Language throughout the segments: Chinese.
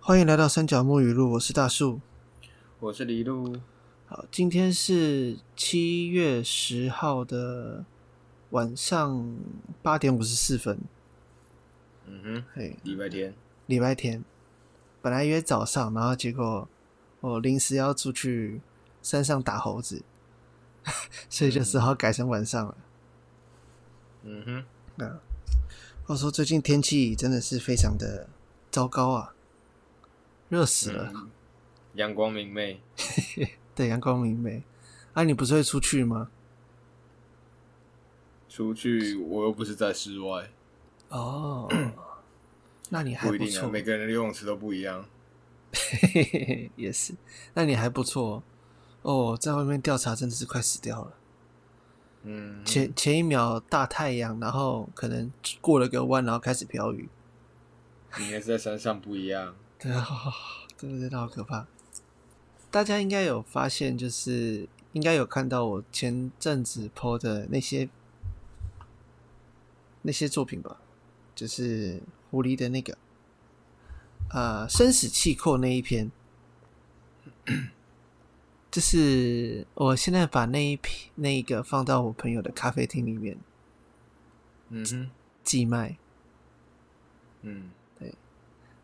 欢迎来到三角木语录，我是大树。我是麋鹿，好，今天是七月十号的晚上八点五十四分，嗯哼，嘿，礼拜天，礼拜天，本来约早上，然后结果我临时要出去山上打猴子， 所以就只好改成晚上了。嗯哼，我说最近天气真的是非常的糟糕啊，热死了。嗯阳光明媚，对，阳光明媚。啊，你不是会出去吗？出去我又不是在室外， 哦，那你还不一不定啊，错，每个人的游泳池都不一样。嘿嘿嘿，也是，那你还不错哦。在外面调查真的是快死掉了。嗯，前前一秒大太阳，然后可能过了个弯，然后开始飘雨，你也是在山上不一样， 对啊、真的真的好可怕。大家应该有发现，就是应该有看到我前阵子 PO 的那些那些作品吧，就是狐狸的那个呃生死契扣那一篇，就是我现在把那一篇那一个放到我朋友的咖啡厅里面嗯哼，寄卖，嗯，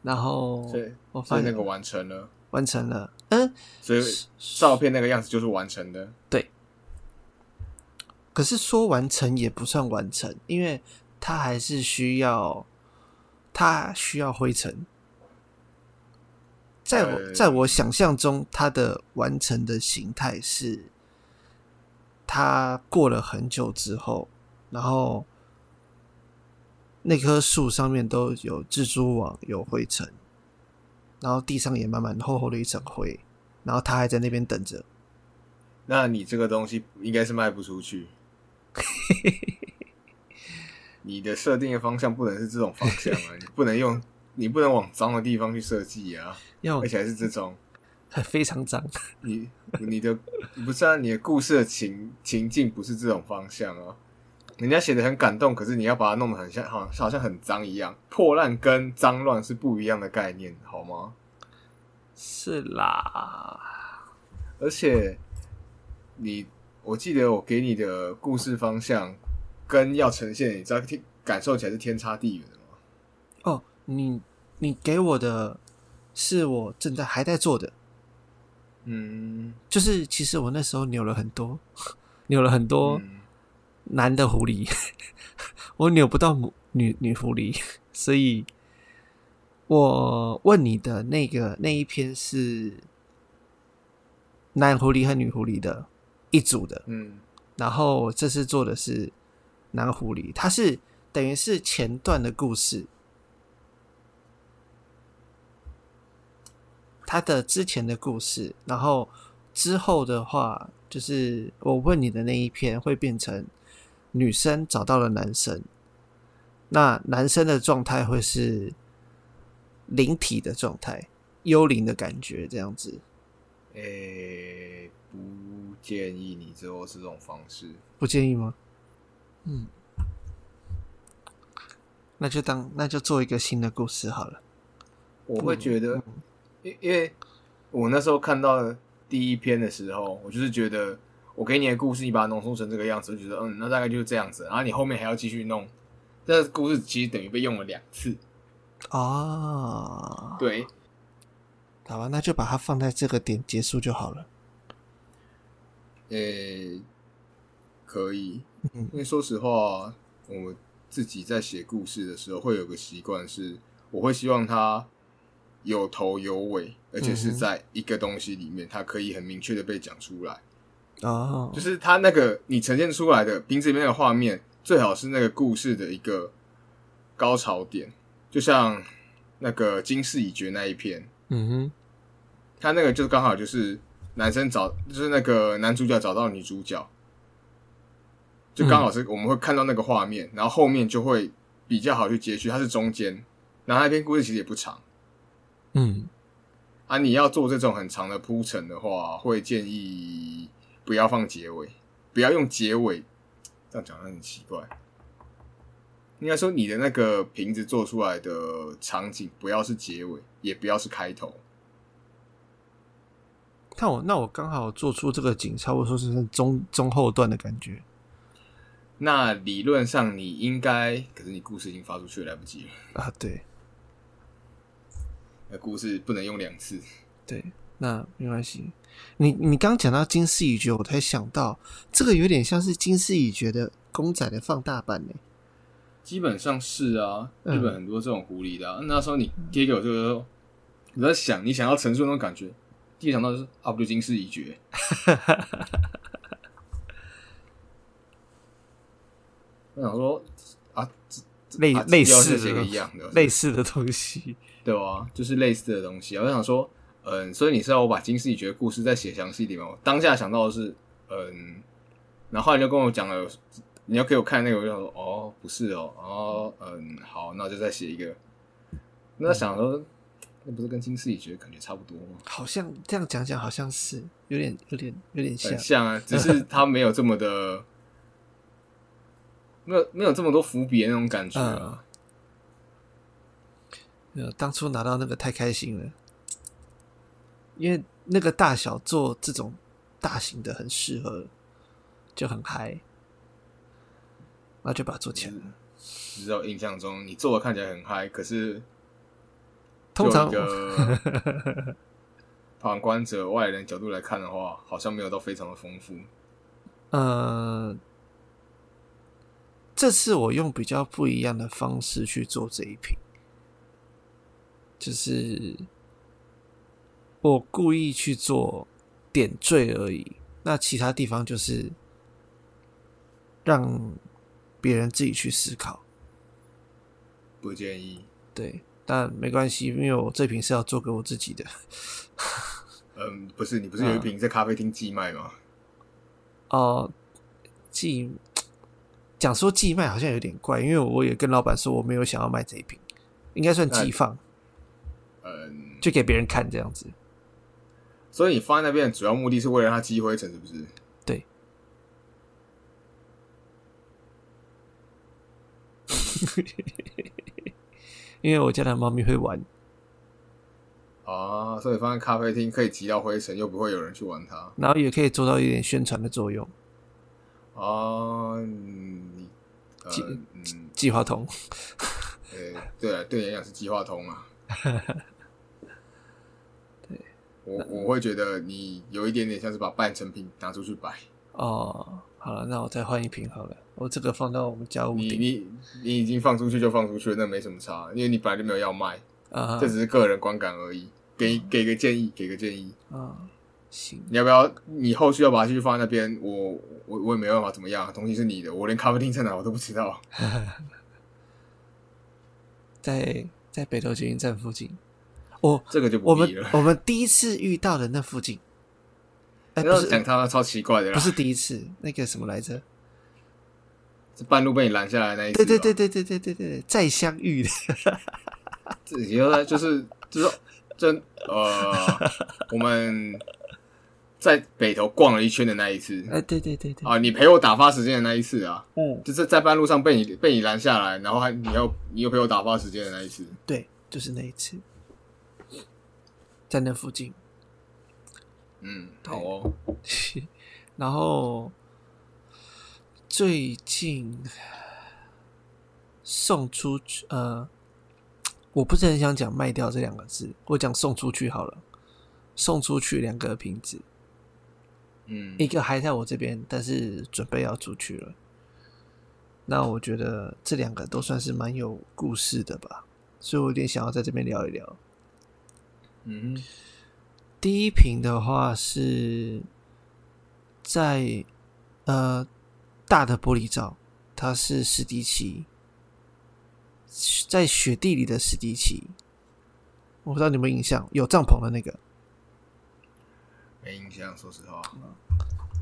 然后所以我发所以现那个完成了，完成了，嗯，所以照片那个样子就是完成的。可是说完成也不算完成，因为它还是需要，它需要灰尘。在我呃在我想象中，它的完成的形态是，它过了很久之后，然后那棵树上面都有蜘蛛网，有灰尘，然后地上也慢慢厚厚的一层灰，然后它还在那边等着。那你这个东西应该是卖不出 去。你的设定的方向不能是这种方向啊，你不能用，你不能往脏的地方去设计啊，要而且还是这种。 非常脏，你你的不是啊，你的故事的情情境不是这种方向啊。人家写的很感动，可是你要把它弄得很像，好像好像很脏一样。破烂跟脏乱是不一样的概念，好吗？是啦。而且你，我记得我给你的故事方向跟要呈现，你知道天感受起来是天差地远的吗？哦，你你给我的是我正在还在做的，嗯，就是其实我那时候扭了很多， 扭了很多嗯男的狐狸， 我扭不到母女女狐狸， 所以我问你的那个那一篇是男狐狸和女狐狸的一组的，嗯然后我这次做的是男狐狸，它是等于是前段的故事，它的之前的故事，然后之后的话，就是我问你的那一篇会变成女生找到了男生，那男生的状态会是灵体的状态，幽灵的感觉这样子，诶、不建议你之后是这种方式。不建议吗？嗯，那就当那就做一个新的故事好了。我嗯会觉得，因因为我那时候看到第一篇的时候，我就是觉得我给你的故事，你把它浓缩成这个样子，我就觉得嗯，那大概就是这样子。然后你后面还要继续弄，这个故事其实等于被用了两次。哦，对，好吧，那就把它放在这个点结束就好了。呃、可以，嗯因为说实话，我自己在写故事的时候会有个习惯是，我会希望它有头有尾，而且嗯是哼在一个东西里面，它可以很明确的被讲出来。哦，就是它那个你呈现出来的瓶子里面的画面，最好是那个故事的一个高潮点，就像那个《今世已绝》那一篇，嗯它那个就刚好就是男生找，就是那个男主角找到女主角，就刚好是我们会看到那个画面，然后后面就会比较好去接续，它是中间，然后那篇故事其实也不长哼，嗯，啊。你要做这种很长的铺陈的话，会建议不要放结尾，不要用结尾，这样讲得很奇怪。应该说你的那个瓶子做出来的场景，不要是结尾，也不要是开头。看我，那我刚好做出这个景，差不多说是中中后段的感觉。那理论上你应该，可是你故事已经发出去了，来不及了。啊，对那故事不能用两次。对，那没关系。你你刚讲到金丝已觉，我才想到这个有点像是金丝已觉的公仔的放大版呢。基本上是啊，嗯日本很多这种狐狸的、啊。那时候你贴给我这个时候，我在想你想要陈述那种感觉，第一想到就是啊，不就金氏 已绝。我想说啊，这这类啊类这似要是这个的一样的，类似的东西。对啊，就是类似的东西啊。我想说，嗯，所以你是要我把金氏已绝的故事再写详细一点吗？我当下想到的是，嗯，然后后来就跟我讲了，你要给我看那个，我就想说，哦，不是哦，哦，嗯，好，那我就再写一个。那想说，那不是跟金氏已绝感觉差不多吗？好像这样讲讲，好像是有点、有点、有点像很。像啊，只是它没有这么的，没有没有这么多伏笔的那种感觉啊。呃，嗯当初拿到那个太开心了，因为那个大小做这种大型的很适合，就很嗨，然后就把它做起来了。嗯只是我印象中，你做的看起来很嗨，可是通常就一 个旁观者、外人角度来看的话，好像没有到非常的丰富。呃，这次我用比较不一样的方式去做这一瓶，就是我故意去做点缀而已。那其他地方就是让别人自己去思考，不建议，对，但没关系，因为我这瓶是要做给我自己的。嗯，不是，你不是有一瓶在咖啡厅寄卖吗？哦、寄讲说寄卖好像有点怪，因为我也跟老板说我没有想要卖这一瓶，应该算寄放，嗯，就给别人看这样子。所以你放在那边的主要目的是为了让它积灰尘，是不是？对。因为我家的猫咪会玩，啊，所以放在咖啡厅可以积到灰尘，又不会有人去玩它。然后也可以做到一点宣传的作用。啊，嗯你，呃寄，嗯，计划通，呃、对啊，对你来讲是计划 通啊。对，我我会觉得你有一点点像是把半成品拿出去摆。哦，好了，那我再换一瓶好了。我这个放到我们家屋你顶你你已经放出去就放出去了，那没什么差，因为你本来就没有要卖，啊嗯这只是个人观感而已。给给个建议，给个建议，啊，行，你要不要？你后续要把它继续放在那边，我我我也没办法怎么样，东西是你的，我连咖啡厅在哪我都不 知道。在在北投捷运站附近，我这个就不我必们 了。我们第一次遇到的那附 近，哎、然不后是讲他超奇怪的啦，不是第一次，那个什么来着？是半路被你拦下来那一次吧。啊对对对对对对对对，再相遇的，这以后呢，就是 就是真呃， 我们在北头逛了一圈的那一次哎、对对对对，啊，你陪我打发时间的那一次啊，嗯，就是在半路上被你被你拦下来，然后还你要你又陪我打发时间的那一次，对，就是那一次，在那附近， 嗯，好哦，然后最近送出去，呃，我不是很想讲卖掉这两个字，我讲送出去好了，送出去两个瓶子，嗯一个还在我这边，但是准备要出去了。那我觉得这两个都算是蛮有故事的吧，所以我有点想要在这边聊一聊。嗯第一瓶的话是在呃大的玻璃罩，它是史迪奇，在雪地里的史迪奇，我不知道你们有印象，有帐篷的那个，没印象，说实话，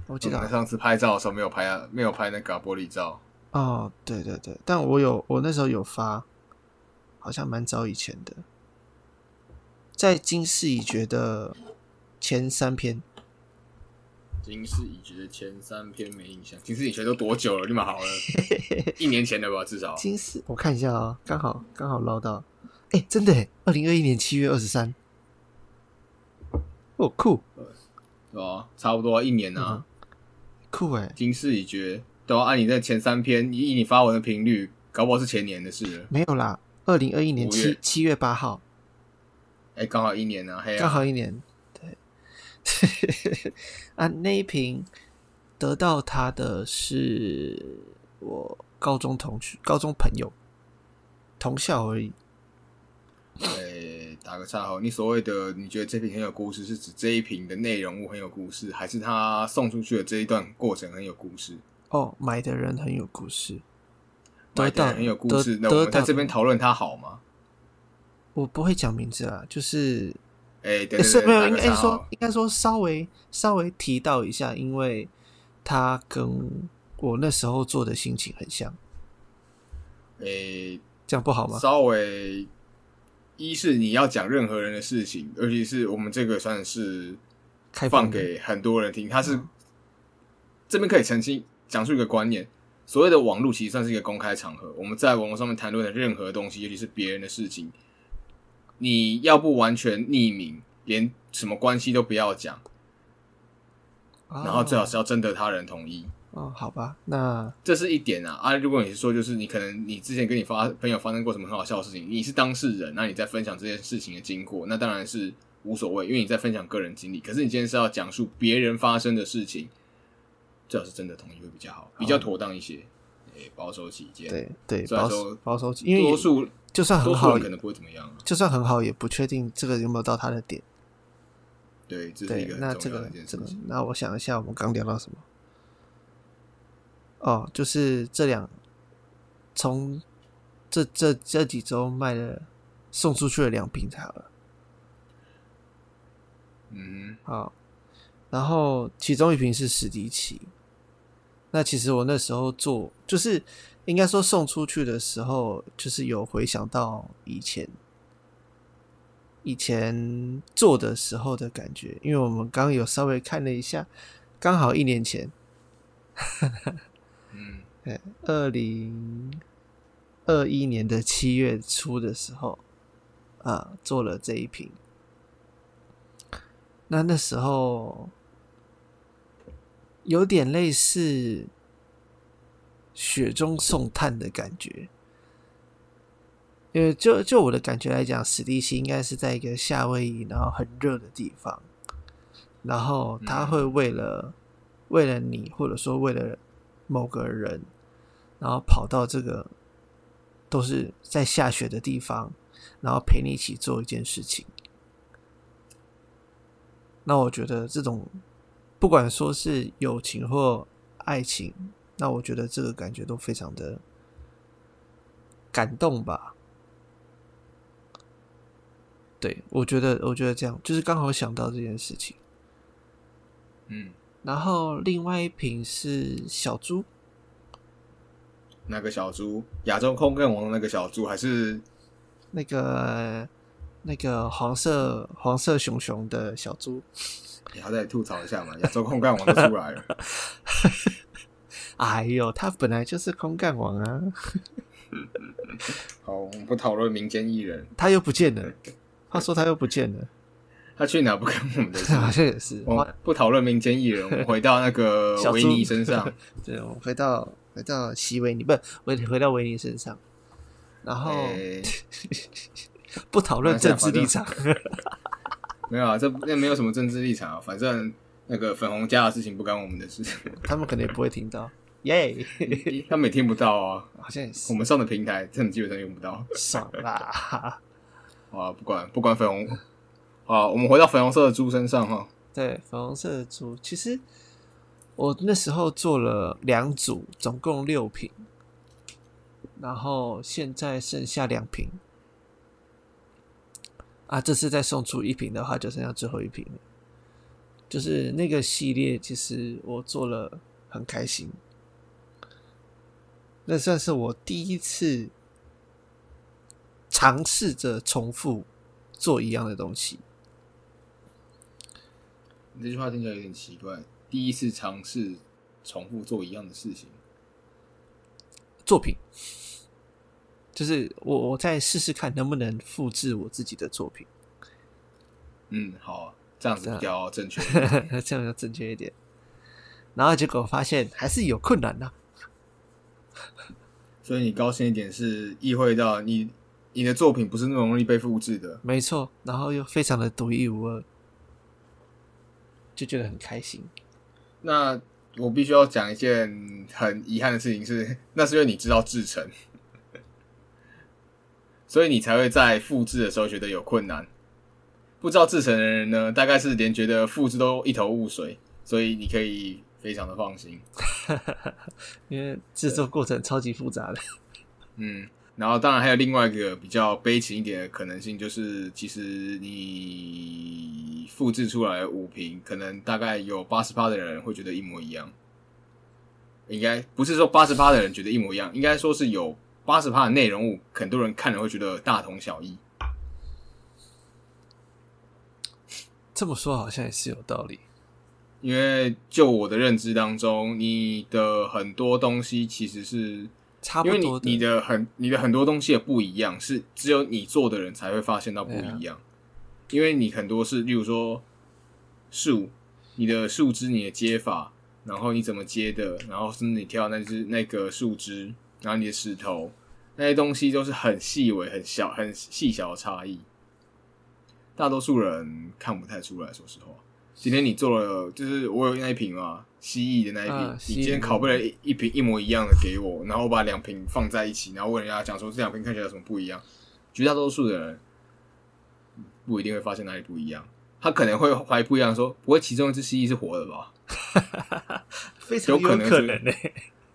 我记我得好们像上次拍照的时候没有拍啊，没有拍那个啊玻璃照，哦，对对对，但我有我那时候有发，好像蛮早以前的，在金氏已觉的前三篇，金氏已觉的前三篇没印象，金氏已觉都多久了？立马 好了，一年前了吧，至少。金氏，我看一下啊、刚好刚好捞到，哎、真的、欸，二零二一年七月二十三，哦酷对啊，差不多一年嗯啊。酷哎、金氏已觉，对啊，按你在前三篇，以你发文的频率，搞不好是前年的事了。没有啦，二零二一年五七月七月八号，哎、刚好一年啊，嘿啊，刚好一年，对， 啊那一瓶得到他的是我高中同学、高中朋友，同校而已，哎、打个岔哈，你所谓的你觉得这瓶很有故事，是指这一瓶的内容物很有故事，还是他送出去的这一段过程很有故事？哦，买的人很有故事，买得的到人很有故得事，那我得们在到这边讨论它好吗？我不会讲名字啊，就是哎、欸、等等是等，没有，打应个该岔说哈，应该说稍微稍微提到一下，因为他跟我那时候做的心情很像，哎、这样不好吗？稍微一是你要讲任何人的事情，尤其是我们这个算是开放放给很多人听，它是这边可以澄清讲述一个观念。所谓的网络其实算是一个公开场合，我们在网络上面谈论的任何东西，尤其是别人的事情，你要不完全匿名，连什么关系都不要讲，哦，然后最好是要征得他人同意。哦，好吧，那这是一点啊啊！如果你是说就是你可能你之前跟你发朋友发生过什么很好笑的事情，你是当事人，那你在分享这件事情的经过，那当然是无所谓，因为你在分享个人经历。可是你今天是要讲述别人发生的事情，最好是真的同意会比较好，比较妥当一些。诶、保守起见，啊对对虽然保说守保守起，因为多数就算很多数好人，可能不会怎么样啊。就算很好，也不确定这个有没有到他的点。对，这是一对个，那很这重要个的一件这事个情。，那我想一下，我们刚聊到什么？哦，就是这两，从这这这几周卖了送出去了两瓶好了，嗯好，然后其中一瓶是史迪奇。那其实我那时候做，就是应该说送出去的时候，就是有回想到以前以前做的时候的感觉，因为我们刚刚有稍微看了一下，刚好一年前，哼嗯，二零二一年的七月初的时候，啊，做了这一瓶。那那时候有点类似雪中送炭的感觉，因为就就我的感觉来讲，史蒂西应该是在一个夏威夷，然后很热的地方，然后他会为了、为了你，或者说为了某个人，然后跑到这个都是在下雪的地方，然后陪你一起做一件事情。那我觉得这种不管说是友情或爱情，那我觉得这个感觉都非常的感动吧。对，我觉得，我觉得这样就是刚好想到这件事情。嗯，然后另外一瓶是小猪，那个小猪，亚洲空更王的那个小猪，还是那个那个黄色黄色熊熊的小猪你要再吐槽一下嘛？亚洲空干王都出来了。哎呦，他本来就是空干王啊，好，我们不讨论民间艺人，他又不见了。话说他又不见了， 他去哪不跟我们的事。好像也是。我们不讨论民间艺人，我们回到那个小猪维尼 身上。对，我们回到回到席维尼，不，回回到维尼身上，然后、哎不讨论政治立场。没有啊，这那没有什么政治立场啊，反正那个粉红家的事情不干我们的 事， 他们可能也不会听到，耶、他们也听不到啊。好像也我是们上的平台，他们基本上用不到。爽啦。好啊，不管不管粉红，好啊，我们回到粉红色的猪身上哈。对，粉红色的猪，其实我那时候做了两组，总共六瓶，然后现在剩下两瓶。啊，这次再送出一瓶的话，就剩下最后一瓶了。就是那个系列，其实我做了很开心。那算是我第一次尝试着重复做一样的东西。你这句话听起来有点奇怪，第一次尝试重复做一样的事情。作品，就是我我再试试看能不能复制我自己的作品， 嗯，好、啊，这样子比较正确。 这样要正确一点。然后结果发现还是有困难的、所以你高兴一点是意会到你你的作品不是那么容易被复制的。没错，然后又非常的独一无二，就觉得很开心。那我必须要讲一件很遗憾的事情是， 那是因为你知道制成， 所以你才会在复制的时候觉得有困难。不知道制成的人呢，大概是连觉得复制都一头雾水，所以你可以非常的放心。因为制作过程超级复杂的， 嗯，然后当然还有另外一个比较悲情一点的可能性，就是其实你复制出来的五评，可能大概有八十趴的人会觉得一模一样。应该不是说八十趴的人觉得一模一样，应该说是有八十趴的内容物，很多人看了会觉得大同小异。这么说好像也是有道理。因为就我的认知当中，你的很多东西其实是差不因为多你你的很你的很多东西也不一样，是只有你做的人才会发现到不啊一样。因为你很多是，例如说树，你的树枝、你的接法，然后你怎么接的，然后是你挑那只那个树枝，然后你的石头，那些东西都是很细微、很小、很细小的差异。大多数人看不太出来，说实话。今天你做了，就是我有那一瓶嘛，蜥蜴的那一瓶，啊你蜥蜴今天拷贝了一一瓶一模一样的给我，然后我把两瓶放在一起，然后问人家讲说这两瓶看起来有什么不一样，绝大多数的人不一定会发现哪里不一样，他可能会怀疑不一样说不会其中一只蜥蜴是活的吧？非常有可能可是能呢、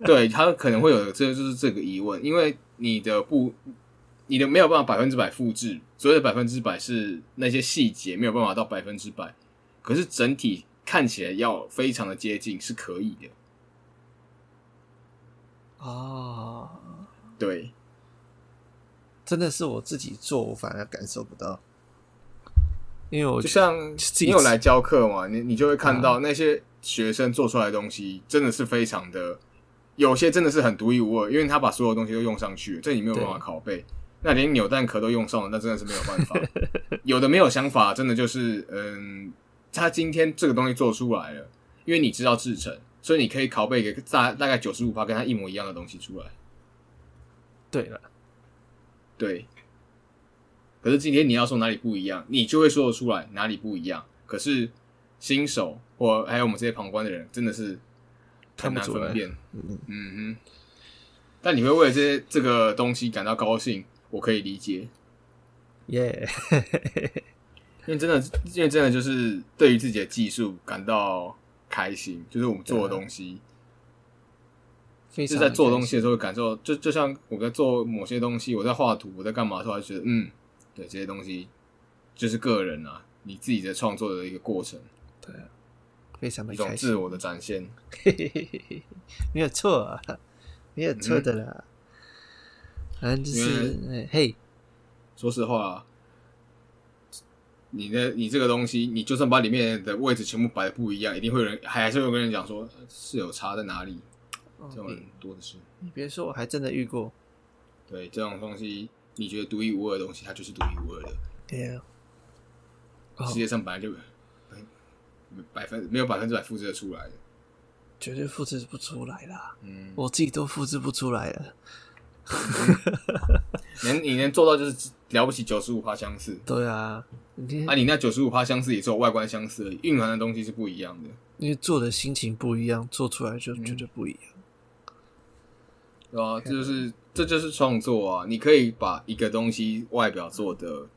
对他可能会有这就是这个疑问，因为你的不，你的没有办法百分之百复制，所谓的百分之百是那些细节没有办法到百分之百，可是整体看起来要非常的接近是可以的。 哦，对，真的是我自己做，我反而感受不到，因为我就觉像自己嗯你有来教课嘛，你你就会看到那些学生做出来的东西真的是非常的，有些真的是很独一无二，因为他把所有东西都用上去了，这你没有办法拷贝。那连扭蛋壳都用上了，那真的是没有办 法。有的没有想法，真的就是嗯，他今天这个东西做出来了，因为你知道制成，所以你可以拷贝给大大概九十五趴跟他一模一样的东西出来。对了，对。可是今天你要说哪里不一样，你就会说得出来哪里不一样。可是新手或还有我们这些旁观的人，真的是很看不难出来分辨。嗯嗯哼。但你会为了这些这个东西感到高兴，我可以理解，耶、因为真的，因为真的就是对于自己的技术感到开心，就是我们做的啊东西。非就常是在做东西的时候会感受，就就像我在做某些东西，我在画图，我在干嘛的时候，还是觉得嗯，对这些东西就是个人啊，你自己的创作的一个过程，非常的一开种心，自我的展现。嘿嘿嘿嘿嘿没有错、啊，没有错的啦。嗯反正就是哎嘿，说实话，你的你这个东西，你就算把里面的位置全部摆的不一样，一定会有人还还是会跟人讲说呃是有差在哪里，哦这种人你多的是。你别说，我还真的遇过。对这种东西，你觉得独一无二的东西，它就是独一无二的。对啊，哦世界上本来就百百分没有百分之百复制的出来的。绝对复制不出来啦，嗯，我自己都复制不出来了。能你能做到就是了不起九十五趴相似，对啊，你啊，你那九十五趴相似也只有外观相似而已，蕴含的东西是不一样的，因为做的心情不一样，做出来就绝对不一样。对吧、这就是这就是创作啊！你可以把一个东西外表做的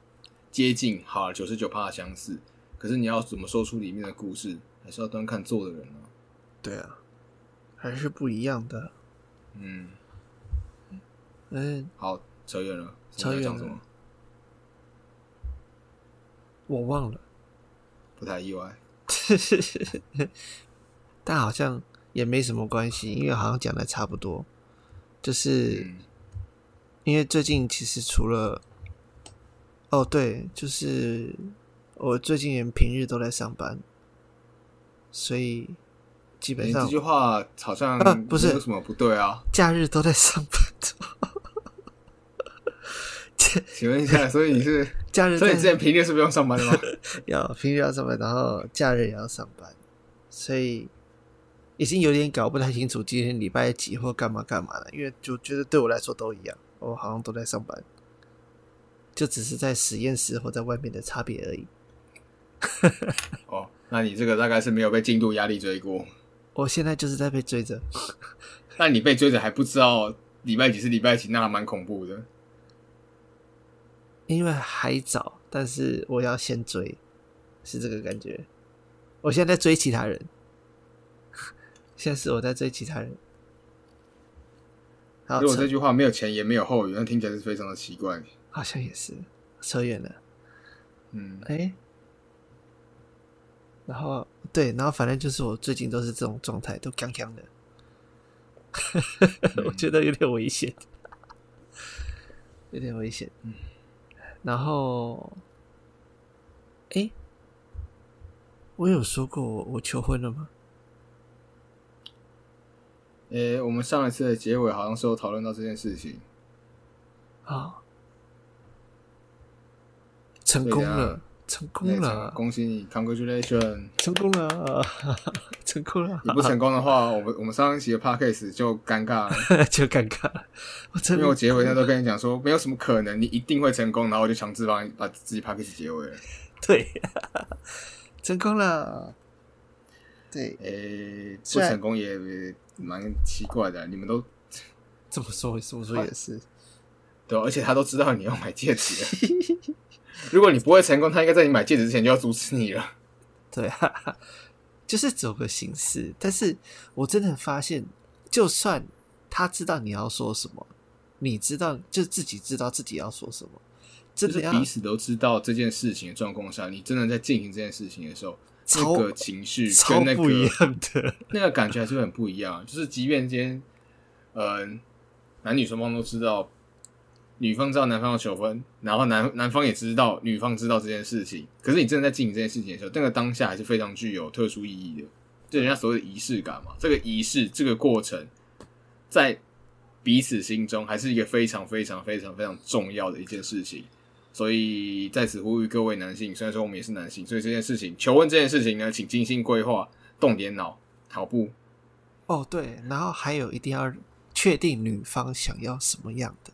接近好九十九趴相似，可是你要怎么说出里面的故事，还是要端看做的人啊。对啊，还是不一样的。嗯，嗯，好，扯远了，扯远了讲什么？我忘了，不太意外，但好像也没什么关系，因为好像讲的差不多。就是嗯因为最近其实除了，哦对，就是我最近也平日都在上班，所以基哎本这上句话好像啊不是没有什么不对啊？假日都在上班，请问 一下，所以你是，假日所以你之在前平日是不用上班的吗？要平日要上班，然后假日也要上班，所以已经有点搞不太清楚今天礼拜几或干嘛干嘛了，因为就觉得对我来说都一样，我好像都在上班，就只是在实验室或在外面的差别而已。哦，那你这个大概是没有被进度压力追过。我现在就是在被追着，那你被追着还不知道礼拜几是礼拜几，那还蛮恐怖的。因为还早，但是我要先追，是这个感觉。我现在在追其他人，现在是我在追其他人。好如果扯这句话没有前言没有后语，那听起来是非常的奇怪。好像也是扯远了。嗯，哎、然后对，然后反正就是我最近都是这种状态，都僵僵的， 我觉嗯得有点危险，有点危险。嗯，然后，哎、我有说过我我求婚了吗？诶、我们上一次的结尾好像是有讨论到这件事情，啊、成对功啊了，成诶功了，恭喜你，congratulation！成功了， 成功了，你不成功的话，我们我们上一期的 podcast 就尴尬了， 就尴尬了。我真因的为我结尾那时候跟你讲说没有什么可能，你一定会成功，然后我就强制帮你把自己 podcast 结尾了。 对，成功了。对，诶、不虽然成功也也蛮奇怪的，啊你们都这么说这么说也是，对啊、而且他都知道你要买戒指 了。如果你不会成功，他应该在你买戒指之前就要阻止你了。 对啊，就是走个形式。但是我真的发现，就算他知道你要说什么，你知道就自己知道自己要说什么，真就的是要彼此都知道这件事情的状况下，你真的在进行这件事情的时候，超那个情绪超跟那不一个样的。那个感觉还是很不一样。就是即便今天，嗯、男女双方都知道，女方知道男方要求婚，然后男男方也知道女方知道这件事情，可是你真的在进行这件事情的时候，那个当下还是非常具有特殊意义的。就人家所谓的仪式感嘛，这个仪式这个过程，在彼此心中还是一个非常非常非常非常重要的一件事情。所以在此呼吁各位男性，虽然说我们也是男性，所以这件事情求婚这件事情呢，请精心规划，动点脑，跑步，哦，对，然后还有一定要确定女方想要什么样的。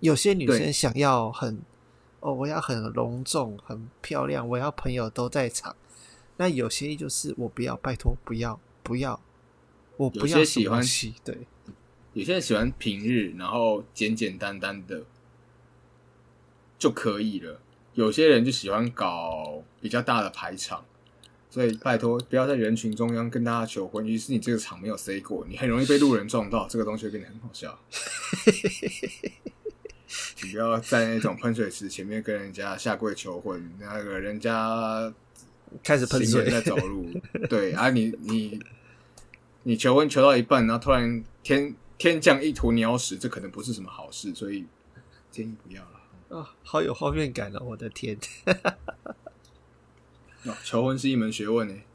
有些女对生想要很，哦，我要很隆重、很漂亮，我要朋友都在场。那有些就是我不要，拜托不要，不要，我不有要些什么喜欢东西对有些人喜欢平日，然后简简单单的就可以了。有些人就喜欢搞比较大的排场，所以拜托不要在人群中央跟大家求婚，尤其是你这个场没有 C 过，你很容易被路人撞到，这个东西会变得很好笑。你不要在那种喷水池前面跟人家下跪求婚，那个人家开始喷行人水，在走路，对啊你，你你求婚求到一半，然后突然天天降一坨鸟屎，这可能不是什么好事，所以建议不要了。哦，好有画面感哦！我的天，哦求婚是一门学问呢，欸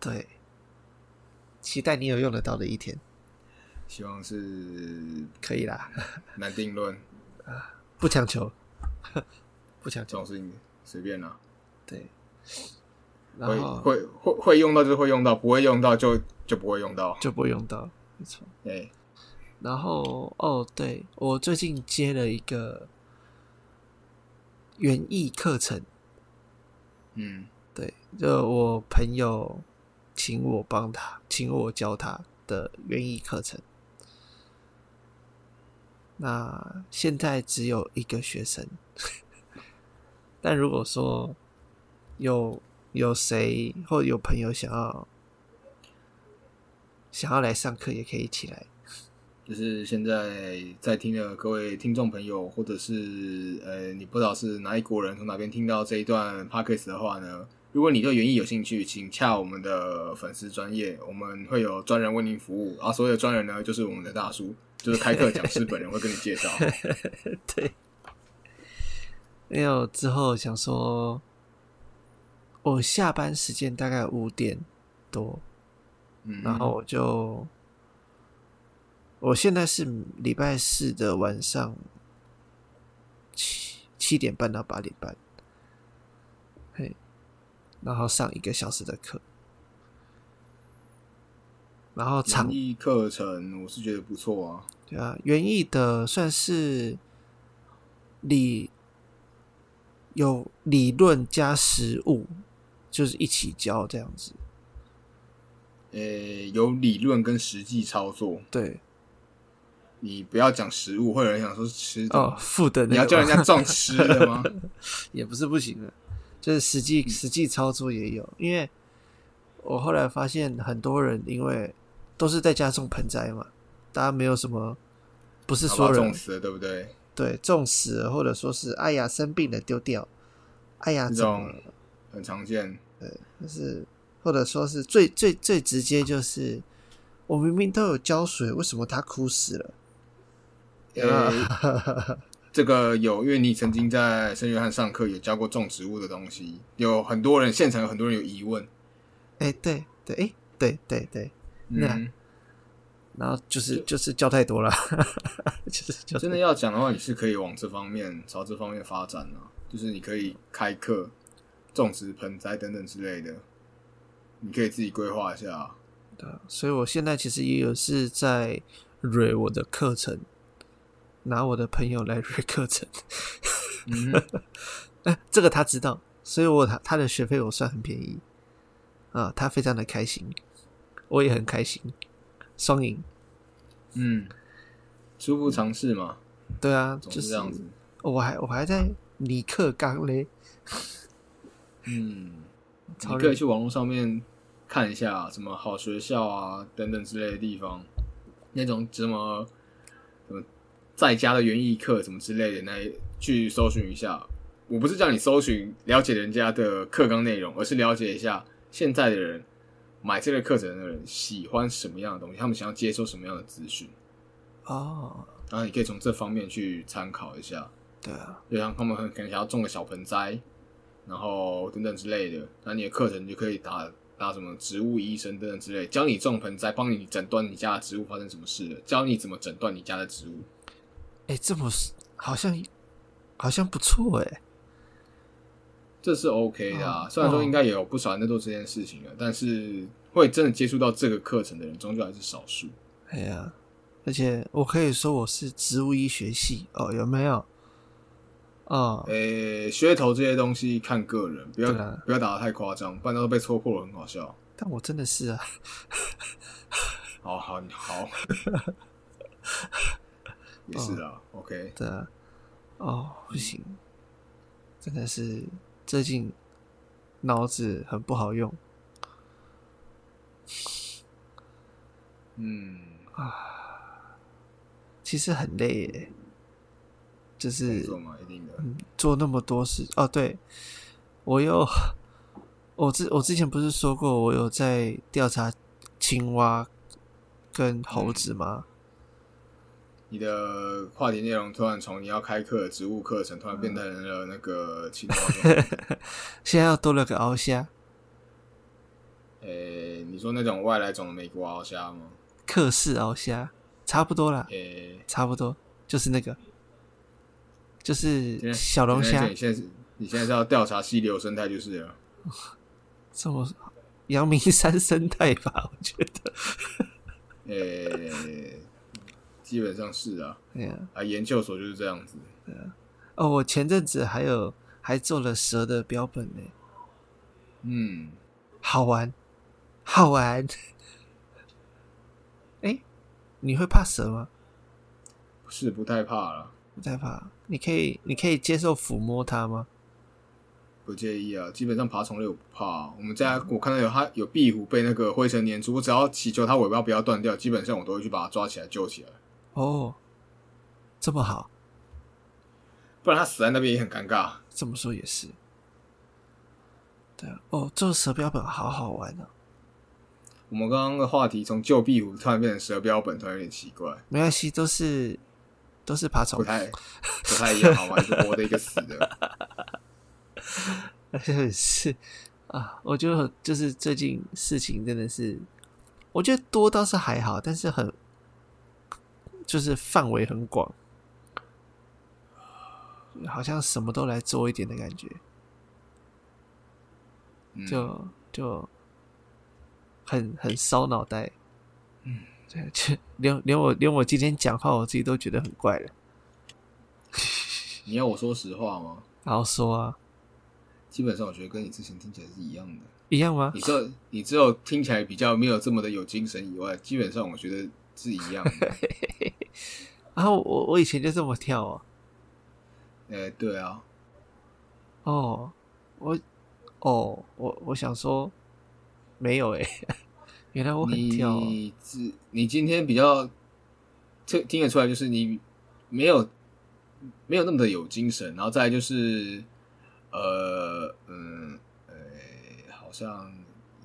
对，期待你有用得到的一天，希望是可以啦，难定论，不强求， 不强这求，种事情随便啦、对。然会后会会会用到就会用到，不会用到就就不会用到。就不会用到，没错。哎、然后哦，对我最近接了一个园艺课程，嗯，对，就我朋友请我帮他，请我教他的园艺课程。那现在只有一个学生， 但如果说有有谁或有朋友想要想要来上课，也可以起来。就是现在在听的各位听众朋友，或者是呃，你不知道是哪一国人从哪边听到这一段 podcast 的话呢，如果你对园艺有兴趣，请洽我们的粉丝专业，我们会有专人为您服务啊。所有的专人呢，就是我们的大叔，就是开课讲师本人会跟你介 绍。对，没有之后想说，我下班时间大概五点多 嗯，然后我就，我现在是礼拜四的晚上七七点半到八点半，嘿，然后上一个小时的课，然后场场艺课程我是觉得不错啊，对啊，园艺的算是理有理论加实物，就是一起教这样子。呃、有理论跟实际操作，对，你不要讲食物，会有人想说是吃的，哦，负的你那要个叫人吗家撞吃的吗？ 也不是不行的，就是实嗯际实际操作也有。因为我后来发现很多人因为都是在家种盆栽嘛，大家没有什么，不 是好所吧有撞人死了，对不对？对种死了，或者说是哎呀生病了丢掉，哎呀这怎么种了？很 常见，就是或者说是最最最直接就是，我明明都有浇水，为什么它枯死了？有没有呃这个有，因为你曾经在圣约翰上课有教过种植物的东西，有很多人现场有很多人有 疑问，哎、对对，哎、对对对，嗯，然后就是就是浇太多了， 就是就真的要讲的话，你是可以往这方面朝这方面发展啊，就是你可以开课、种植盆栽等等之类的，你可以自己规划一下啊。对啊，所以我现在其实也有是在蕊我的课程，拿我的朋友来蕊课程。 嗯哼，哎，这个他知道，所以我他他的学费我算很便宜啊，他非常的开心，我也很开心，双赢。 嗯，初步尝试嘛，对啊，总就是是这样子。我还我还在理课纲嘞，嗯，超你可以认去网络上面看一下什么好学校啊等等之类的地方，那种什么什么在家的园艺课什么之类的，那去搜寻一下。我不是叫你搜寻了解人家的课纲内容，而是了解一下现在的人买这个课程的人喜欢什么样的东西，他们想要接收什么样的资讯，哦，然后你可以从这方面去参考一下。对啊，就像他们很可能想要种个小盆栽，然后等等之类的，那你的课程就可以打打什么植物医生等等之类，教你种盆栽，帮你诊断你家的植物发生什么事了，教你怎么诊断你家的植物。哎，这么好像好像不错哎，这是 OK 的、啊，哦虽然说应该也有不少人在做这件事情了，但是会真的接触到这个课程的人，终究还是少数。哎呀，而且我可以说我是植物医学系哦，有没有？哦，诶、噱头这些东西看个人，不要、对啊不要打的太夸张，不然到时候被戳破了很好笑。但我真的是啊，好好 好，也是啊、o k 对啊，哦，不行，真的是最近脑子很不好用嗯。啊，其实很累耶，就工是作嘛，一定的。嗯，做那么多事哦，对我又我之我之前不是说过我有在调查青蛙跟猴子吗？你的话题内容突然从你要开课的植物课程，突然嗯变成了那个青蛙状。 现在又多了个鳌虾诶、你说那种外来种的美国鳌虾吗？克氏鳌虾，差不多啦，诶、差不多就是那个，就是今天小龙简单虾一点你现在是你现在是要调查溪流生态就是了。这么阳明山生态吧，我觉得， 诶、基本上是啊，哎呀，啊，研究所就是这样子。哦，我前阵子还有还做了蛇的标本呢，嗯，好玩，好玩。 哎、你会怕蛇吗？是不太怕了，不太怕。你可以，你可以接受抚摸它吗？不介意啊。基本上爬虫类我不怕啊、我们家我看到有它有壁虎被那个灰尘粘住，我只要祈求它尾巴不要断掉，基本上我都会去把它抓起来救起来。哦，这么好，不然他死在那边也很尴尬。这么说也是。对啊，哦，做蛇标本好好玩哦。我们刚刚的话题从旧壁虎突然变成蛇标本，突然有点奇怪，没关系，都是都是爬不虫，太不太一样，好吗？一个活的，一个死的。 是啊。我就就是最近事情真的是我觉得多倒是还好，但是很就是范围很广，好像什么都来做一点的感觉，嗯就就很很烧脑袋。嗯 对，就连连我连我今天讲话，我自己都觉得很怪了。你要我说实话吗？然后说啊，基本上我觉得跟你之前听起来是一样的。一样吗你？只有你只有听起来比较没有这么的有精神以外，基本上我觉得是一样的。然后我我以前就这么跳哦，呃，对啊，哦，我哦我我想说没有诶、欸 原来我很跳哦、你自你今天比较这听得出来，就是你没有没有那么的有精神，然后再来就是呃嗯呃，好像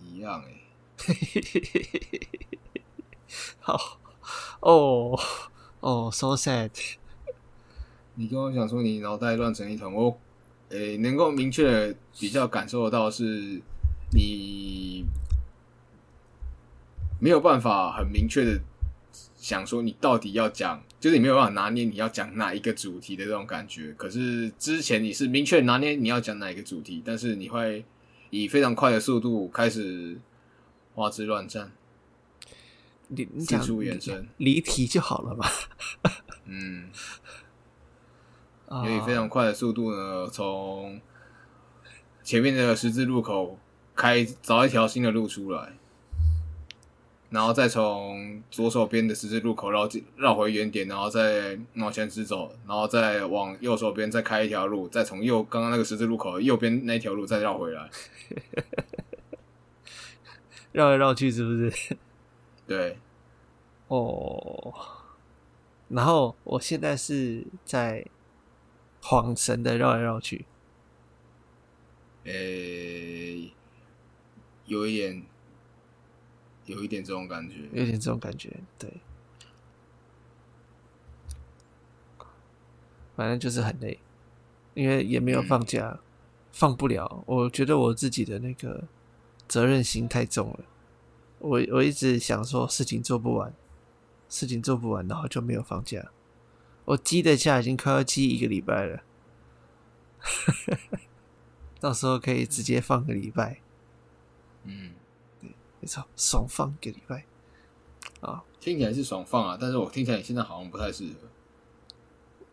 一样哎、好，哦哦，so sad。你跟我讲说你脑袋乱成一团，我诶、能够明确地比较感受得到是，你没有办法很明确的想说你到底要讲，就是你没有办法拿捏你要讲哪一个主题的这种感觉。可是之前你是明确拿捏你要讲哪一个主题，但是你会以非常快的速度开始花枝乱颤，你你四讲处延离伸，离题就好了嘛。嗯。啊也以非常快的速度呢，从前面的十字路口开找一条新的路出来，然后再从左手边的十字路口绕进绕回原点，然后再往前直走，然后再往右手边再开一条路，再从右刚刚那个十字路口的右边那一条路再绕回来。绕来绕去，是不是？对，哦。然后我现在是在晃神的绕来绕去，诶、有一点，有一点这种感觉。有点这种感觉。对，反正就是很累，因为也没有放假，放不了。我觉得我自己的那个责任心太重了，我我一直想说事情做不完，事情做不完，然后就没有放假。我积的假已经快要积一个礼拜了， 到时候可以直接放个礼拜。嗯，没错，爽放一个礼拜。听起来是爽放啊，但是我听起来你现在好像不太适合。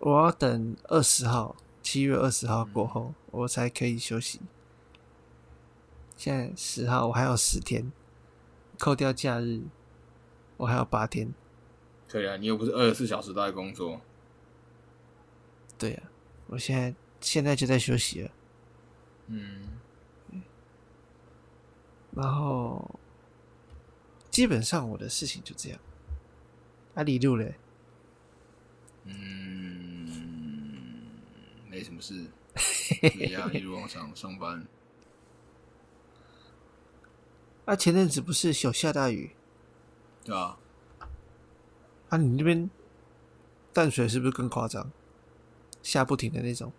我要等二十号，七月二十号过后，我才可以休息。现在十号，我还有十天，扣掉假日，我还有八天。可以啊，你又不是二十四小时都在工作。对呀、我现在现在就在休息了。嗯，然后基本上我的事情就这样。阿里路嘞，嗯，没什么事，一样一路往上上班。啊，前阵子不是有下大雨对啊，啊？你那边淡水是不是更夸张？下不停的那种，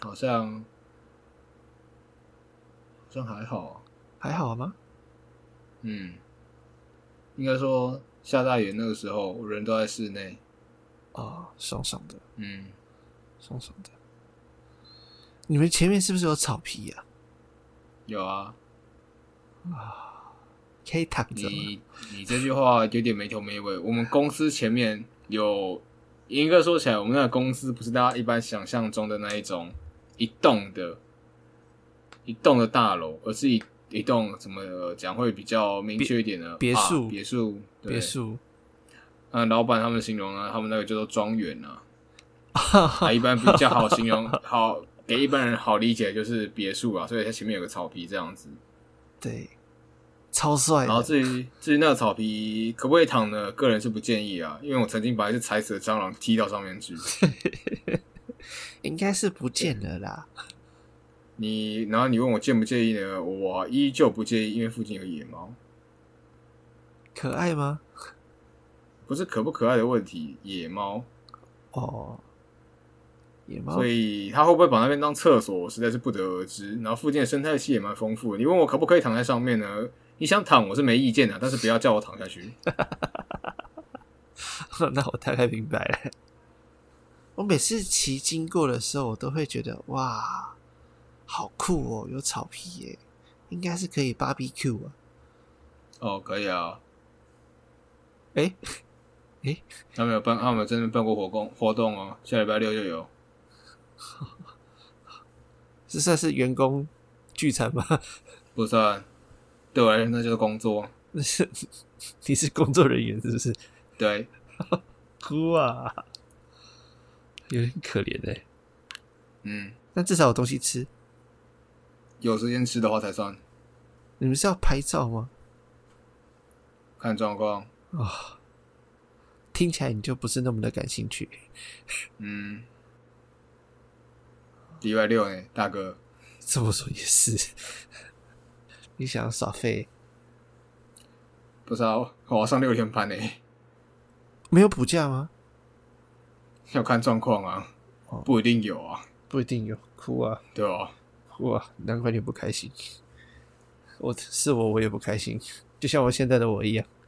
好像好像还好啊。还好吗？嗯，应该说下大雨那个时候，我人都在室内。哦，爽爽的。嗯，爽爽的。你们前面是不是有草皮啊呀、有啊，可以躺着吗？你你这句话有点没头没尾。我们公司前面有，严格说起来，我们那个公司不是大家一般想象中的那一种一栋的、一栋的大楼，而是一一栋怎么呃讲会比较明确一点的别别墅啊别墅、对别。墅嗯，老板他们形容呢，他们那个叫做庄园 啊，啊，啊一般比较好形容，好给一般人好理解就是别墅啊，所以它前面有个草皮这样子。对，超帅然后的。至于至于那个草皮可不可以躺呢？个人是不建议啊，因为我曾经把一只踩死的蟑螂踢到上面去。应该是不见了啦。你然后你问我介不介意呢？我依旧不介意，因为附近有野猫，可爱吗？不是可不可爱的问题，野猫，哦，野猫所以它会不会把那边当厕所，我实在是不得而知。然后附近的生态系也蛮丰富的，你问我可不可以躺在上面呢？你想躺我是没意见的，啊但是不要叫我躺下去。 那我大概明白了。我每次骑经过的时候，我都会觉得哇，好酷哦，有草皮耶，应该是可以 BBQ 啊。哦，可以啊，诶，他们有办，他们真的办过活动活动哦，下礼拜六就有。这算是员工聚餐吗？ 不算，对我来说那就是工作。那是 你是工作人员是不是？对，哭啊，有点可怜哎。嗯，但至少有东西吃。有时间吃的话才算，你们是要拍照吗？看状况。听起来你就不是那么的感兴趣。嗯，礼拜六呢，大哥，这么说也是，你想要耍废，不知道我要上六天班呢， 没有补假吗？要看状况啊哦，不一定有啊，不一定有，哭啊对吧？哭啊，难怪你不开心。我是我，我也不开心，就像我现在的我一样。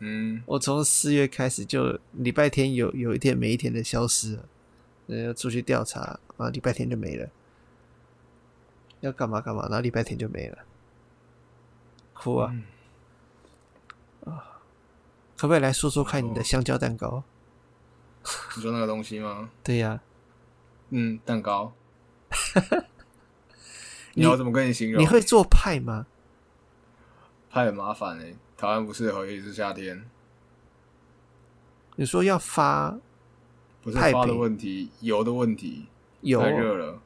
嗯，我从四月开始就礼拜天有有一天没一天的消失了，呃，出去调查啊，礼拜天就没了，要干嘛干嘛，然后礼拜天就没了，哭啊！嗯可不可以来说说看你哦的香蕉蛋糕？你说那个东西吗？对呀、嗯，蛋 糕。你你要怎么跟你形容？你会做派吗？怕很麻烦哎，台湾不适合，尤其是夏天，你说要发不是太发北的问题，油的问题，油太热了。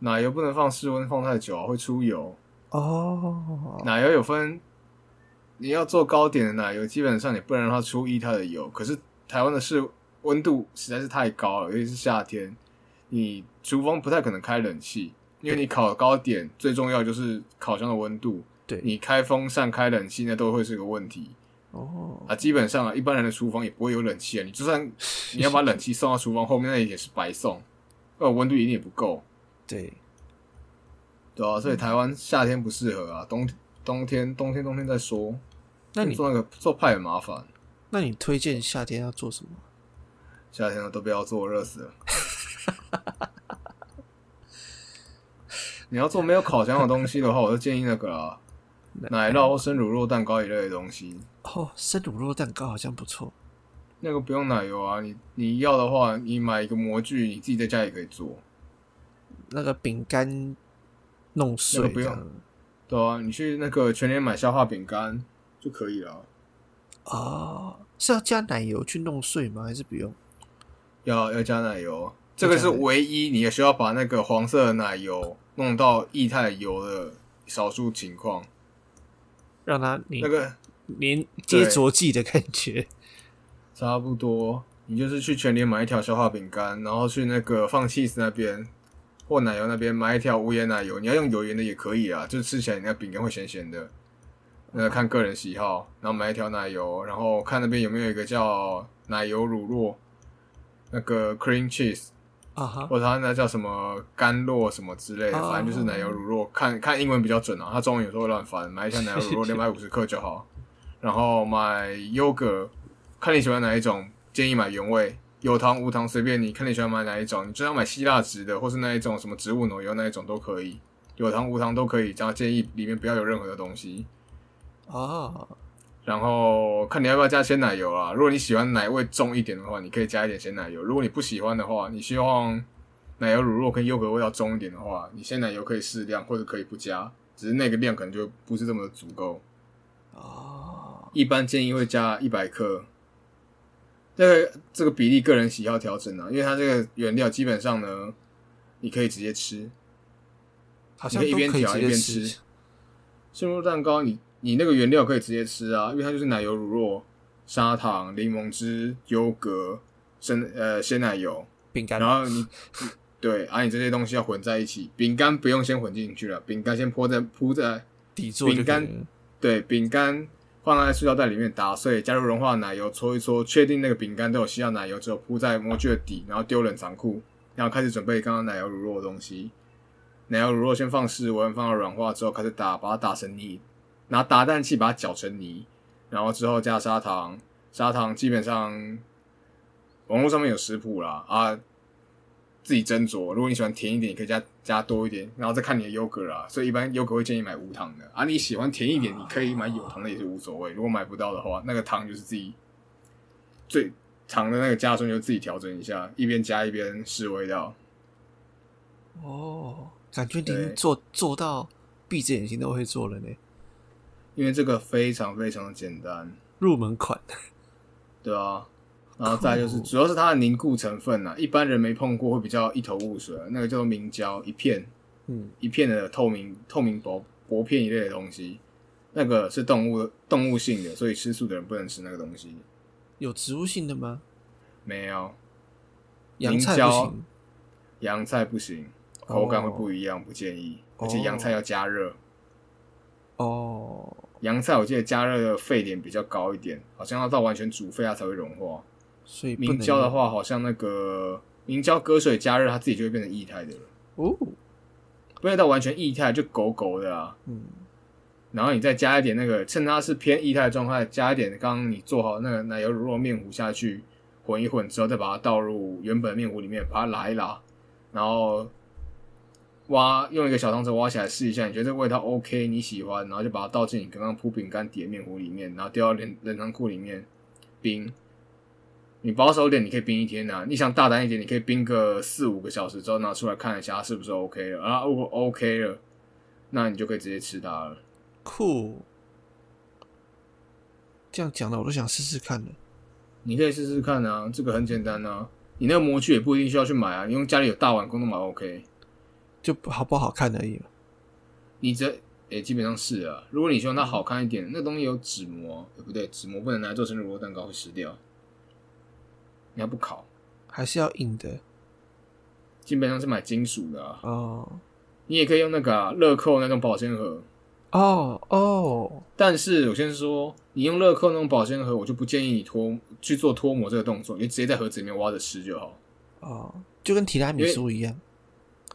奶油不能放室温放太久啊，会出油。哦，奶油有分，你要做糕点的奶油，基本上你不能让它出溢它的油。可是台湾的室温度实在是太高了，尤其是夏天，你厨房不太可能开冷气，因为你烤糕点最重要就是烤箱的温度，对，你开风扇、开冷气那都会是个问题。哦，啊，基本上啊，一般人的厨房也不会有冷气啊。你就算你要把冷气送到厨房后面，那也是白送，呃，温度一定也不够，对，对啊，嗯所以台湾夏天不适合啊，冬冬天冬天冬天再说。那你做那个做派很麻烦，那你推荐夏天要做什么？夏天啊了都不要做，热死 了。你要做没有烤箱的东西的话，我就建议那个啦，奶酪或生乳酪蛋糕一类的东西，哦，生乳酪蛋糕好像不错，那个不用奶油啊。你你要的话，你买一个模具，你自己在家也可以做。那个饼干弄那碎个不这用样对啊，你去那个全年买消化饼干就可以了。啊哦，是要加奶油去弄碎吗？还是不用？要要加奶油，这个是要加奶油唯一你需要把那个黄色的奶油弄到液态油的少数情况。让它凝那个凝对接着剂的感 觉。差不多，你就是去全年买一条消化饼干，然后去那个放 cheese 那边或奶油那边买一条无盐奶油，你要用有盐的也可以啊，就吃起来你那饼干会咸咸的。那看个人喜好，然后买一条奶油，然后看那边有没有一个叫奶油乳酪，那个 cream cheese，啊哈，或者它那叫什么甘酪什么之类的，哦反正就是奶油乳酪。看看英文比较准啊，它中文有时候会乱翻，买一下奶油乳酪两百五十克就好。然后买优格，看你喜欢哪一种，建议买原味，有糖无糖随便你，看你喜欢买哪一种。你就要买希腊植的，或是那一种什么植物奶油那一种都可以，有糖无糖都可以。这样建议里面不要有任何的东西。哦，然后看你要不要加鲜奶油啦。如果你喜欢奶味重一点的话，你可以加一点鲜奶油；如果你不喜欢的话，你希望奶油乳酪跟优格味道重一点的话，你鲜奶油可以适量或者可以不加，只是那个量可能就不是这么的足够。哦，一般建议会加一百克。这个这个比例个人喜好调整啊，因为它这个原料基本上呢，你可以直接吃，好像你可以都一边可以调直一接边吃吃。生乳酪蛋糕你，你那个原料可以直接吃啊，因为它就是奶油乳酪、砂糖、柠檬汁、优格、生呃鲜奶油，饼干然后你 对啊，你这些东西要混在一起。饼干不用先混进去了，饼干先铺在铺在底座就可以饼干了对，饼干放在塑料袋里面打碎，加入融化的奶油搓一搓，确定那个饼干都有吸到奶油之后，铺在模具的底，然后丢冷藏库，然后开始准备刚刚奶油乳酪的东西。奶油乳酪先放室温，放到软化之后开始打，把它打成泥拿打蛋器把它搅成泥，然后之后加砂糖，砂糖基本上网络上面有食谱啦啊，自己斟酌。如果你喜欢甜一点，你可以加加多一点，然后再看你的优格啦。所以一般优格会建议买无糖的啊，你喜欢甜一点，你可以买有糖的也是无所谓。如果买不到的话，那个糖就是自己最糖的那个加顺就自己调整一下，一边加一边试味道。哦，感觉对您做做到闭着眼睛都会做了呢，因为这个非常非常的简单，入门款。 对啊。然后再就是，酷哦主要是它的凝固成分啊，一般人没碰过会比较一头雾水啊。那个叫做明胶，一片嗯，一片的透明透明薄薄片一类的东西，那个是动物动物性的，所以吃素的人不能吃那个东西。有植物性的吗？没有，洋凝菜不胶行，洋菜不行，口感会不一样，不建议。而且洋菜要加热，哦，洋菜我记得加热的沸点比较高一点，好像要到完全煮沸它才会融化。所以不能明胶的用话，好像那个明胶隔水加热，它自己就会变成液态的了，哦，不要到完全液态就狗狗的啊。嗯，然后你再加一点那个，趁它是偏液态的状态，加一点刚刚你做好那个奶油乳酪面糊下去，混一混之后，再把它倒入原本的面糊里面，把它拉一拉，然后挖用一个小汤匙挖起来试一下，你觉得这个味道 OK，你喜欢，然后就把它倒进你刚刚铺饼干底的面糊里面，然后丢到冷冷藏库里面冰。你保守一点，你可以冰一天呐、啊你想大胆一点，你可以冰个四五个小时之后拿出来看一下它是不是 OK 了。啊，如果 OK 了，那你就可以直接吃它了。酷。这样讲的我都想试试看了。你可以试试看啊，这个很简单啊。你那个模具也不一定需要去买啊，你用家里有大碗公都买 OK。就不好不好看而已嘛。你这也、基本上是啊。如果你希望它好看一点，那东西有纸膜，欸、不对，纸膜不能拿来做成乳酪蛋糕，会湿掉。你还不烤，还是要硬的基本上是买金属的啊。哦你也可以用那个啊乐、扣那种保鲜盒，哦哦，但是我先说，你用乐扣那种保鲜盒，我就不建议你脱去做脱模这个动作，你就直接在盒子里面挖着吃就好。哦，就跟提拉米苏一样，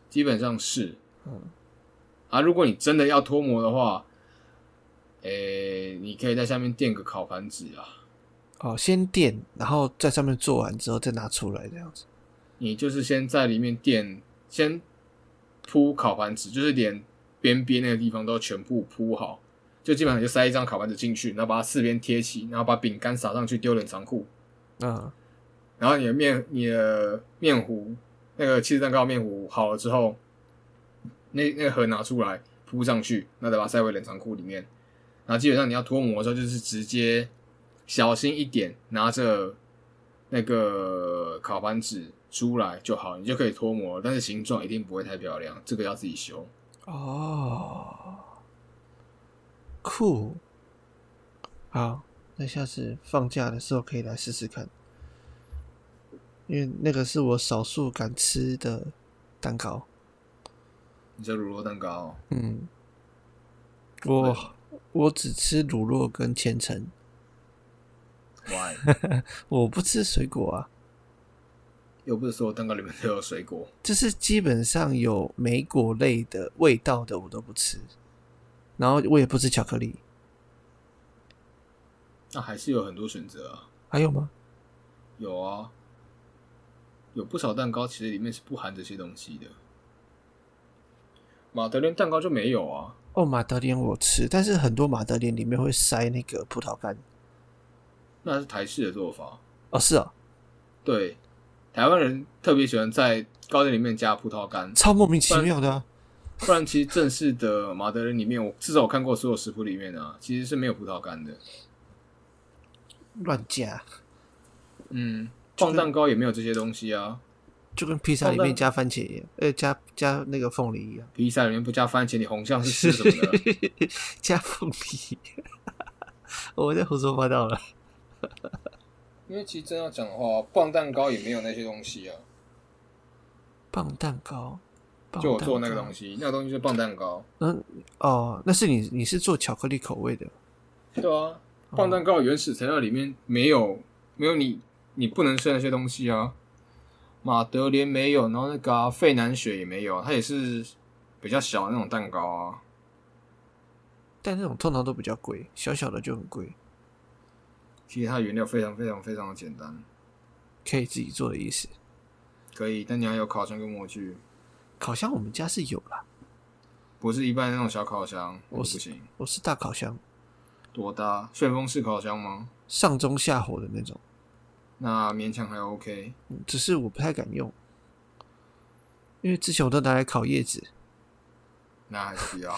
基本上是，嗯啊，如果你真的要脱模的话，诶、你可以在下面垫个烤盘纸啊，哦，先垫，然后在上面做完之后再拿出来这样子。你就是先在里面垫，先铺烤盘纸，就是连边边那个地方都全部铺好，就基本上你就塞一张烤盘纸进去，然后把它四边贴起，然后把饼干撒上去丢冷藏库，嗯，然后你的面你的面糊那个气质蛋糕面糊好了之后，那那个盒拿出来铺上去，那再把它塞回冷藏库里面。然后基本上你要脱模的时候，就是直接小心一点，拿着那个烤盘纸出来就好，你就可以脱模了。但是形状一定不会太漂亮，这个要自己修。哦，酷，好，那下次放假的时候可以来试试看，因为那个是我少数敢吃的蛋糕。你这乳酪蛋糕哦，嗯，我我只吃乳酪跟千层， why？我不吃水果啊。又不是所有蛋糕里面都有水果。就是基本上有莓果类的味道的我都不吃，然后我也不吃巧克力，那还是有很多选择啊。还有吗？有啊，有不少蛋糕其实里面是不含这些东西的。马德莲蛋糕就没有啊，哦，马德莲我吃，但是很多马德莲里面会塞那个葡萄干。那是台式的做法。哦，是哦，对，台湾人特别喜欢在糕点里面加葡萄干，超莫名其妙的、啊。不然其实正式的马德莲里面，我至少我看过所有食谱里面啊，其实是没有葡萄干的。乱加，嗯，放蛋糕也没有这些东西啊，就跟披萨里面加番茄一样，呃，加加那个凤梨一样，披萨里面不加番茄，你红酱是吃什 么的？加凤梨。 我在胡说八道了。因为其实真要讲的话，棒蛋糕也没有那些东西啊。棒蛋糕，棒就我做那个蛋糕东西，那个东西就是棒蛋糕。哦，那是你你是做巧克力口味的对啊，哦棒蛋糕原始材料里面没有没有你你不能吃的那些东西啊。马德莲没有，然后那个啊费、啊南雪也没有，它也是比较小的那种蛋糕啊。但那种通常都比较贵，小小的就很贵，其实它的原料非常非常非常的简单，可以自己做的意思。可以，但你要有烤箱跟模具，烤箱我们家是有啦，不是一般那种小烤箱，那我个是不行。我是大烤箱，多大？旋风式烤箱吗？上中下火的那种，那勉强还 OK。嗯只是我不太敢用，因为之前我都拿来烤叶子，那还是不要。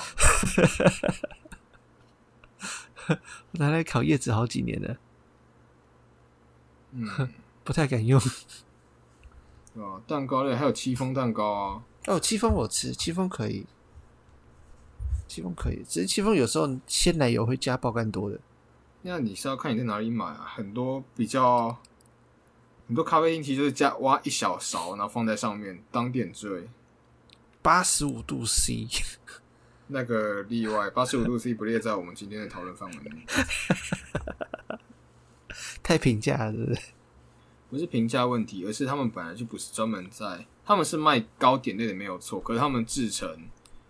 拿来烤叶子好几年了，嗯，不太敢用。 对吧？蛋糕类还有戚风蛋糕啊，哦，戚风我吃，戚风可以，戚风可以，只是戚风有时候鲜奶油会加爆干多的。那你是要看你在哪里买啊？很多比较，很多咖啡因其实就是加挖一小勺，然后放在上面当点缀。八十五度 C， 那个例外，八十五度 C 不列在我们今天的讨论范围内，太平价了，是不是？不是评价问题，而是他们本来就不是专门在，他们是卖糕点类的没有错，可是他们制成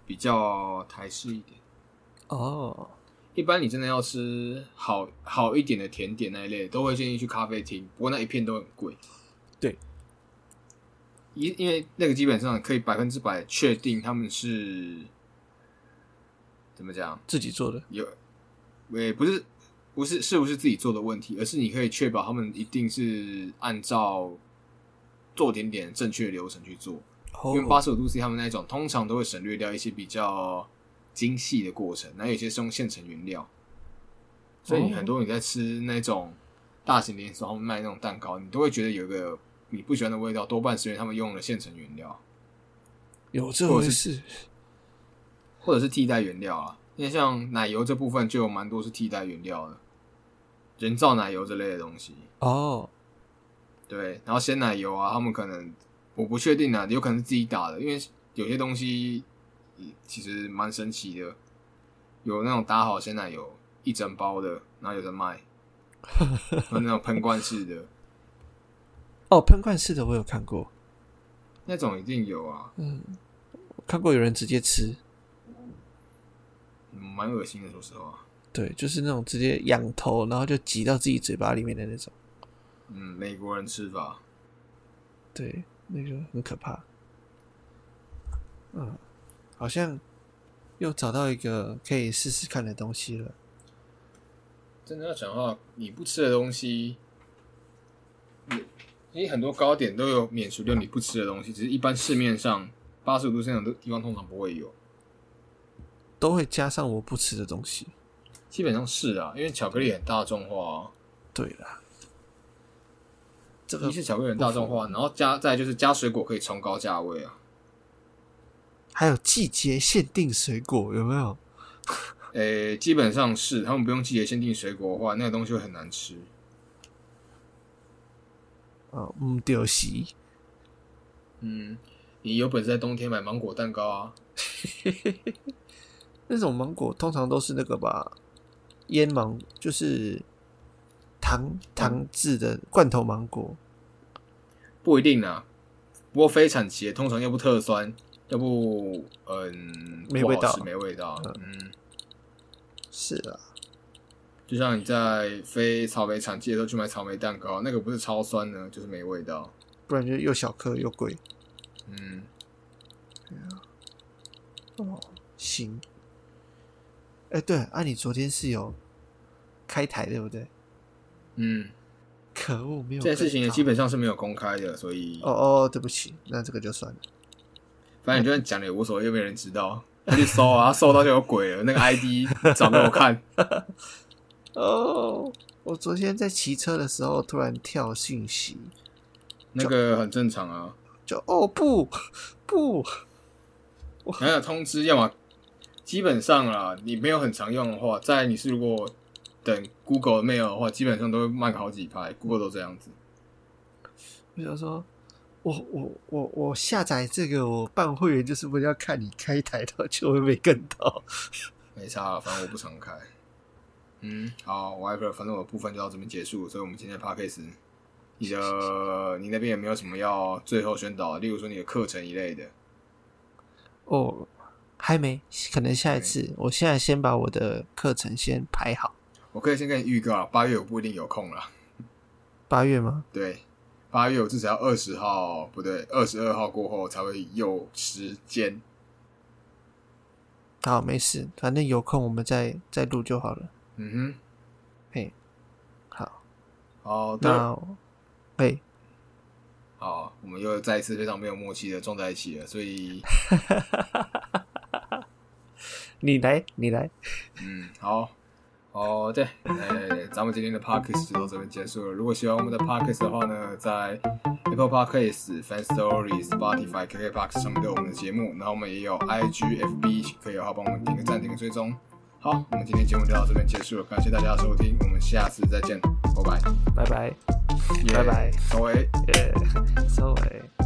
比较台式一点。哦，一般你真的要吃好好一点的甜点那一类，都会建议去咖啡厅，不过那一片都很贵。对，因因为那个基本上可以百分之百确定他们是怎么讲，自己做的，有也不是不是是不是自己做的问题，而是你可以确保他们一定是按照做甜点正确的流程去做。哦因为八十五度 C 他们那一种通常都会省略掉一些比较精细的过程，那有些是用现成原料，所以你哦很多你在吃那种大型连锁他们卖那种蛋糕，你都会觉得有一个你不喜欢的味道，多半是因为他们用了现成原料有这或回者事，或者是替代原料啊。因为像奶油这部分就有蛮多是替代原料的，人造奶油这类的东西。哦，对，然后鲜奶油啊，他们可能我不确定啊，有可能是自己打的，因为有些东西嗯其实蛮神奇的，有那种打好鲜奶油一整包的，然后有的卖，有那种喷罐式的哦，喷罐式的我有看过，那种一定有啊，嗯，我看过有人直接吃，嗯蛮恶心的，说实话。对，就是那种直接仰头，然后就挤到自己嘴巴里面的那种，嗯，美国人吃法，对，那个很可怕。嗯，好像又找到一个可以试试看的东西了。真的要讲的话，你不吃的东西，你因为很多糕点都有免除掉你不吃的东西，只是一般市面上八十五度这种地方通常不会有。都会加上我不吃的东西。基本上是啊，因为巧克力很大众化、对啦，这啊，一个是巧克力很大众化，然后加再来就是加水果可以冲高价位啊。还有季节限定水果有没有？诶、基本上是他们不用季节限定水果的话，那个东西会很难吃。呃，嗯，丢席嗯，你有本事在冬天买芒果蛋糕啊？那种芒果通常都是那个吧，腌芒就是糖糖制的罐头芒果。不一定啊。不过非产期的通常要不特酸，要不嗯没不好味道吃没味道。嗯，是啊，就像你在非草莓产季的时候去买草莓蛋糕，那个不是超酸呢，就是没味道。不然就又小颗又贵。嗯，哦，行。哎、对，啊，你昨天是有开台对不对？嗯，可恶，没有这件事跟情也到基本上是没有公开的，所以哦哦，对不起，那这个就算了。反正你就算讲了也无所谓，又没人知道。他去搜啊，搜到就有鬼了。那个 ID 找给我看，哦，我昨天在骑车的时候突然跳讯息，那个很正常啊。就哦不不，然后通知，要么基本上啦，你没有很常用的话，在你是如果等 Google Mail 的话，基本上都会慢个好几拍。Google 都这样子，我想说，我我我我下载这个我办会员就是为了要看你开台的，就我没跟到。没差啦，反正我不常开。嗯，好，whatever，反正我的部分就到这边结束。所以我们今天的 podcast，你的你那边有没有什么要最后宣导的？例如说你的课程一类的。哦，还没，可能下一次。我现在先把我的课程先排好。我可以先跟你预告啊，八月我不一定有空了。八月吗？对，八月我至少要二十号，不对，二十二号过后才会有时间。好，没事，反正有空我们再再录就好了。嗯嘿，好，哼，好，那那嘿，好，我们又再一次非常没有默契的撞在一起了，所以，你来，你来，嗯，好。哦，对，哎，咱们今天的 podcast 就到这边结束了。如果喜欢我们的 podcast 的话呢，在 Apple Podcast、Fan Story、Spotify、KKBox 上面都有我们的节目，然后我们也有 IG、FB，可以的话帮我们点个赞、点个追踪。好，我们今天节目就到这边结束了，感谢大家的收听，我们下次再见，拜拜，拜拜，耶拜拜，各位。耶，收尾。